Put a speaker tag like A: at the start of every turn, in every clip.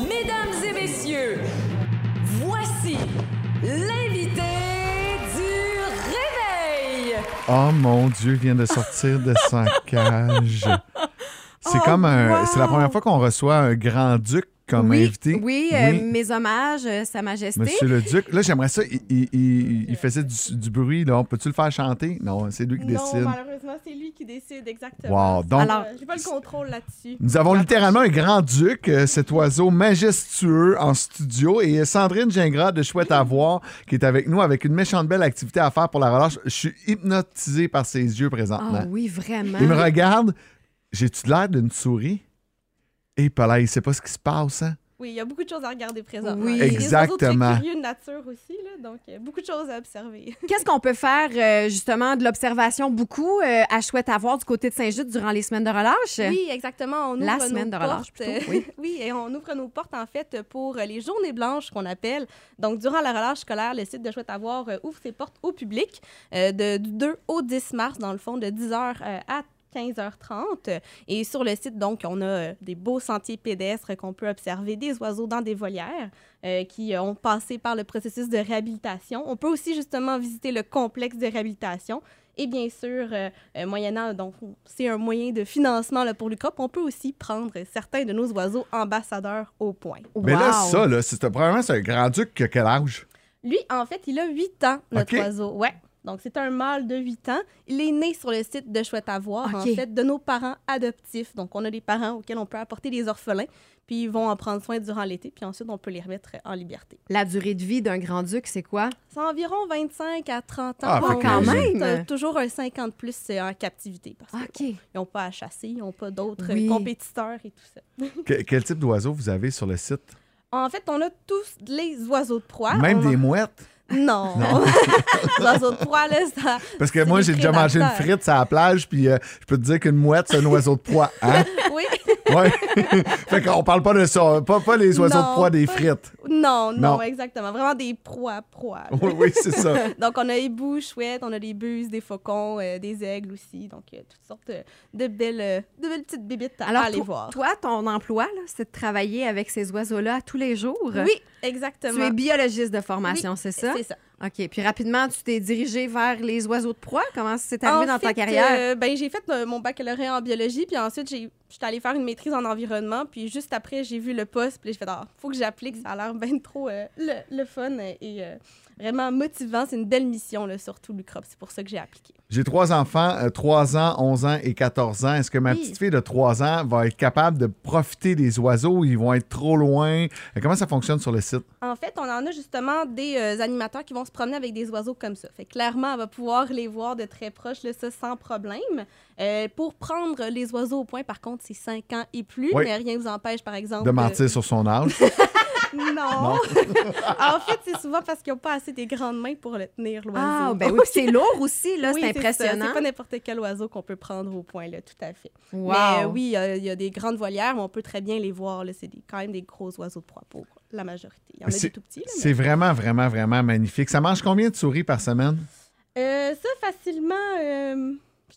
A: Mesdames et messieurs, voici l'invité du réveil.
B: Oh mon Dieu, il vient de sortir de sa cage. C'est
C: Oh,
B: comme un.
C: wow.
B: C'est la première fois qu'on reçoit un grand-duc comme
C: oui,
B: invité.
C: Oui, euh, mes hommages, euh, Sa Majesté.
B: Monsieur le Duc. Là, j'aimerais ça. Il, il- il- il faisait du, du bruit, là. Peux-tu le faire chanter? Non, c'est lui qui
D: Non,
B: décide.
D: malheureusement, c'est lui qui décide exactement.
B: Wow, donc-
D: Alors, euh, j'ai pas le contrôle là-dessus.
B: Nous avons littéralement un grand-duc, euh, cet oiseau majestueux en studio, et Sandrine Gingras de Chouette à voir qui est avec nous avec une méchante belle activité à faire pour la relâche. Je suis hypnotisé par ses yeux présentement.
C: Ah oui, vraiment.
B: Il me regarde. J'ai-tu l'air d'une souris? Et là, il sait pas ce qui se passe, hein?
D: Oui, il y a beaucoup de choses à regarder présentement.
C: Oui.
D: Il y a des
B: Exactement.
D: oiseaux très curieux de nature aussi, là, donc euh, beaucoup de choses à observer.
C: Qu'est-ce qu'on peut faire, euh, justement, de l'observation beaucoup euh, à Chouette à voir du côté de Saint-Just durant les semaines de relâche?
D: Oui, exactement. On ouvre
C: La
D: nos
C: semaine de relâche,
D: portes, euh,
C: plutôt,
D: Oui.
C: oui.
D: et on ouvre nos portes, en fait, pour euh, les journées blanches qu'on appelle. Donc, durant la relâche scolaire, le site de Chouette Avoir euh, ouvre ses portes au public euh, de, du 2 au 10 mars, dans le fond, de 10h euh, à 15h30. Et sur le site, donc, on a euh, des beaux sentiers pédestres qu'on peut observer, des oiseaux dans des volières euh, qui euh, ont passé par le processus de réhabilitation. On peut aussi, justement, visiter le complexe de réhabilitation. Et bien sûr, euh, euh, moyennant, donc, c'est un moyen de financement là, pour l'UCOP. On peut aussi prendre certains de nos oiseaux ambassadeurs au point.
B: Mais là,
C: Wow.
B: ça, là, c'est probablement c'est un grand-duc qui a quel âge?
D: Lui, en fait, il a 8 ans, notre
B: Ok.
D: oiseau. Ouais. Donc, c'est un mâle de 8 ans. Il est né sur le site de Chouette à voir,
C: Ok.
D: en fait, de nos parents adoptifs. Donc, on a des parents auxquels on peut apporter des orphelins, puis ils vont en prendre soin durant l'été, puis ensuite, on peut les remettre euh, en liberté.
C: La durée de vie d'un grand-duc, c'est quoi?
D: C'est environ 25 à 30 ans.
B: Ah,
D: qu'on
B: fait quand
D: ajoute,
C: même.
D: euh, toujours un 50 plus euh, en captivité, parce qu'ils
C: OK.
D: n'ont pas à chasser, ils n'ont pas d'autres euh,
C: Ah. Oui.
D: compétiteurs et tout ça.
B: Que- quel type d'oiseau vous avez sur le site?
D: En fait, on a tous les oiseaux de proie.
B: Même
D: On en-
B: des mouettes?
D: Non. les oiseaux de proie, là, ça...
B: Parce que
D: c'est
B: moi,
D: des
B: j'ai déjà mangé une
D: prédateurs.
B: frite à la plage, puis euh, je peux te dire qu'une mouette, c'est un oiseau de proie. Hein?
D: Oui.
B: Ouais. fait qu'on parle pas de ça. Pas, pas les oiseaux
D: Non,
B: de proie des
D: pas-
B: frites.
D: Non, non,
B: Non.
D: exactement. Vraiment des proies, proies. là.
B: Oui, oui, c'est ça.
D: Donc, on a les boues, chouettes, on a des buses, des faucons, euh, des aigles aussi. Donc, euh, toutes sortes euh, de belles, euh, de belles petites bébites à
C: Alors,
D: aller
C: toi-
D: voir.
C: toi, ton emploi, là, c'est de travailler avec ces oiseaux-là tous les jours.
D: Oui,
C: Tu
D: exactement.
C: es biologiste de formation, c'est ça?
D: C'est ça.
C: OK. Puis rapidement, tu t'es dirigé vers les oiseaux de proie. Comment c'est arrivé
D: En
C: dans ta
D: fait,
C: carrière?
D: euh, ben, j'ai fait euh, mon baccalauréat en biologie, puis ensuite, j'ai- j'étais allée faire une maîtrise en environnement, puis juste après, j'ai vu le poste, puis j'ai fait, ah, faut que j'applique, ça a l'air bien trop euh, le, le fun euh, et euh, vraiment motivant. C'est une belle mission, là, surtout l'UCROP. C'est pour ça que j'ai appliqué.
B: J'ai trois enfants, euh, 3 ans, 11 ans et 14 ans. Est-ce que ma
C: Oui.
B: petite fille de 3 ans va être capable de profiter des oiseaux? Ils vont être trop loin. Euh, Comment ça fonctionne sur le site?
D: En fait, on en a justement des euh, animateurs qui vont se promener avec des oiseaux comme ça. Fait que clairement, on va pouvoir les voir de très proche, là, ça, sans problème. Euh, pour prendre les oiseaux au point, par contre, c'est 5 ans et plus,
B: Oui.
D: mais rien ne vous empêche, par
C: Oh,
D: exemple...
C: ben,
B: De
D: euh,
B: mentir sur son âge.
D: Non. en fait, c'est souvent parce qu'ils n'ont pas assez des grandes mains pour le tenir, l'oiseau.
C: Ah, ben oui. Puis c'est lourd aussi, là.
D: Oui,
C: c'est
D: ça.
C: impressionnant.
D: C'est pas n'importe quel oiseau qu'on peut prendre au point, là, tout à fait.
C: Wow.
D: Mais euh, oui, il y a- il y, a des grandes volières, mais on peut très bien les voir. là. C'est des- quand même des gros oiseaux de proie pour la majorité. Il y en a
B: C'est-
D: des tout petits. là, mais-
B: C'est vraiment, vraiment, vraiment magnifique. Ça mange combien de souris par semaine?
D: Euh, ça, facilement, euh,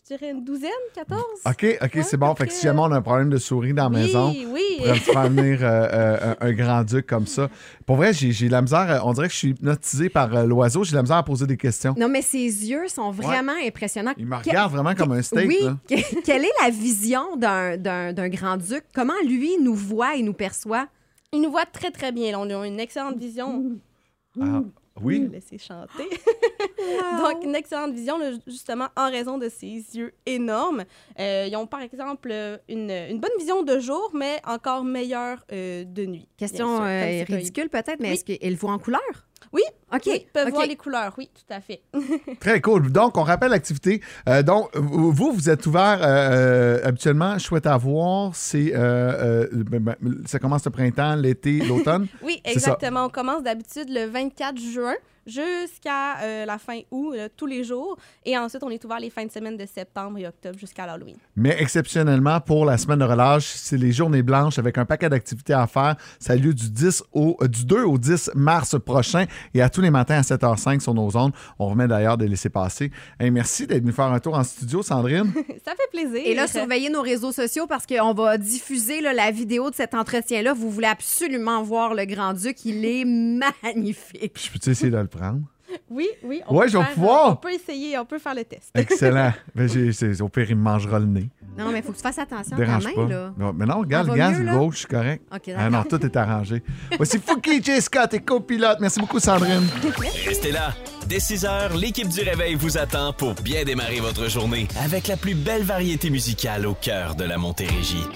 D: je dirais une douzaine, 14.
B: OK, OK,
D: Ouais,
B: c'est bon.
D: parce
B: Fait que
D: que-
B: si jamais on a un problème de souris dans la
D: oui,
B: Ah, maison,
D: oui.
B: pourrait me faire venir euh, euh, un, un grand-duc comme ça. Pour vrai, j'ai j'ai de la misère. euh, On dirait que je suis hypnotisé par euh, l'oiseau. J'ai de la misère à poser des questions.
C: Non, mais ses yeux sont vraiment impressionnants.
B: Il me hein.
C: Que-
B: regarde vraiment comme un steak.
C: oui,
B: là.
C: que- quelle est la vision d'un, d'un- d'un grand-duc? Comment lui nous voit et nous perçoit?
D: Ils nous voient très, très bien. là. On a une excellente vision.
B: Ah, oui.
D: Laissez chanter. Donc, une excellente vision, là, ju- justement, en raison de ses yeux énormes. Euh, ils ont, par exemple, euh, une, une bonne vision de jour, mais encore meilleure euh, de nuit.
C: Question
D: Bien sûr,
C: euh,
D: comme c'est un-
C: ridicule peut-être, mais
D: Oui.
C: est-ce qu'il voit en couleur?
D: Oui.
C: OK.
D: Oui, Ils peuvent
C: OK.
D: voir les couleurs, oui, tout à fait.
B: Très cool. Donc, on rappelle l'activité. Euh, donc, vous, vous êtes ouvert euh, euh, habituellement. Chouette à voir. C'est, euh, euh, ben, ben, ça commence le printemps, l'été, l'automne.
D: Oui,
B: C'est ça.
D: exactement. On commence d'habitude le 24 juin jusqu'à euh, la fin août, là, tous les jours. Et ensuite, on est ouvert les fins de semaine de septembre et octobre jusqu'à l'Halloween.
B: Mais exceptionnellement, pour la semaine de relâche, c'est les journées blanches avec un paquet d'activités à faire. Ça a lieu du, 10 au, euh, du 2 au 10 mars prochain et à tous les matins à 7h05 sur nos ondes. On remet d'ailleurs des laissés-passer. Hey, merci d'être venu faire un tour en studio, Sandrine.
D: Ça fait plaisir.
C: Et là, surveillez nos réseaux sociaux parce qu'on va diffuser là, la vidéo de cet entretien-là. Vous voulez absolument voir le Grand-Duc. Il est magnifique.
B: Je peux-tu essayer de le prendre?
D: Oui, oui.
B: Ouais,
D: peut
B: je vais
D: faire-
B: pouvoir.
D: On peut essayer, on peut faire le test.
B: Excellent. Ben, j'ai- c'est- au pire, il me mangera le nez.
C: Non, mais il faut que tu fasses attention à
B: Dérange
C: ta main,
B: pas.
C: là.
B: Non, mais non, regarde,
C: Ça
B: le
C: va
B: gaz,
C: mieux,
B: le
C: là?
B: gauche, c'est correct.
C: OK,
B: Ah non,
C: d'accord.
B: tout est arrangé. Voici Fouki J. Scott et copilote. Merci beaucoup, Sandrine.
E: Restez là. Dès 6 heures, l'équipe du réveil vous attend pour bien démarrer votre journée avec la plus belle variété musicale au cœur de la Montérégie.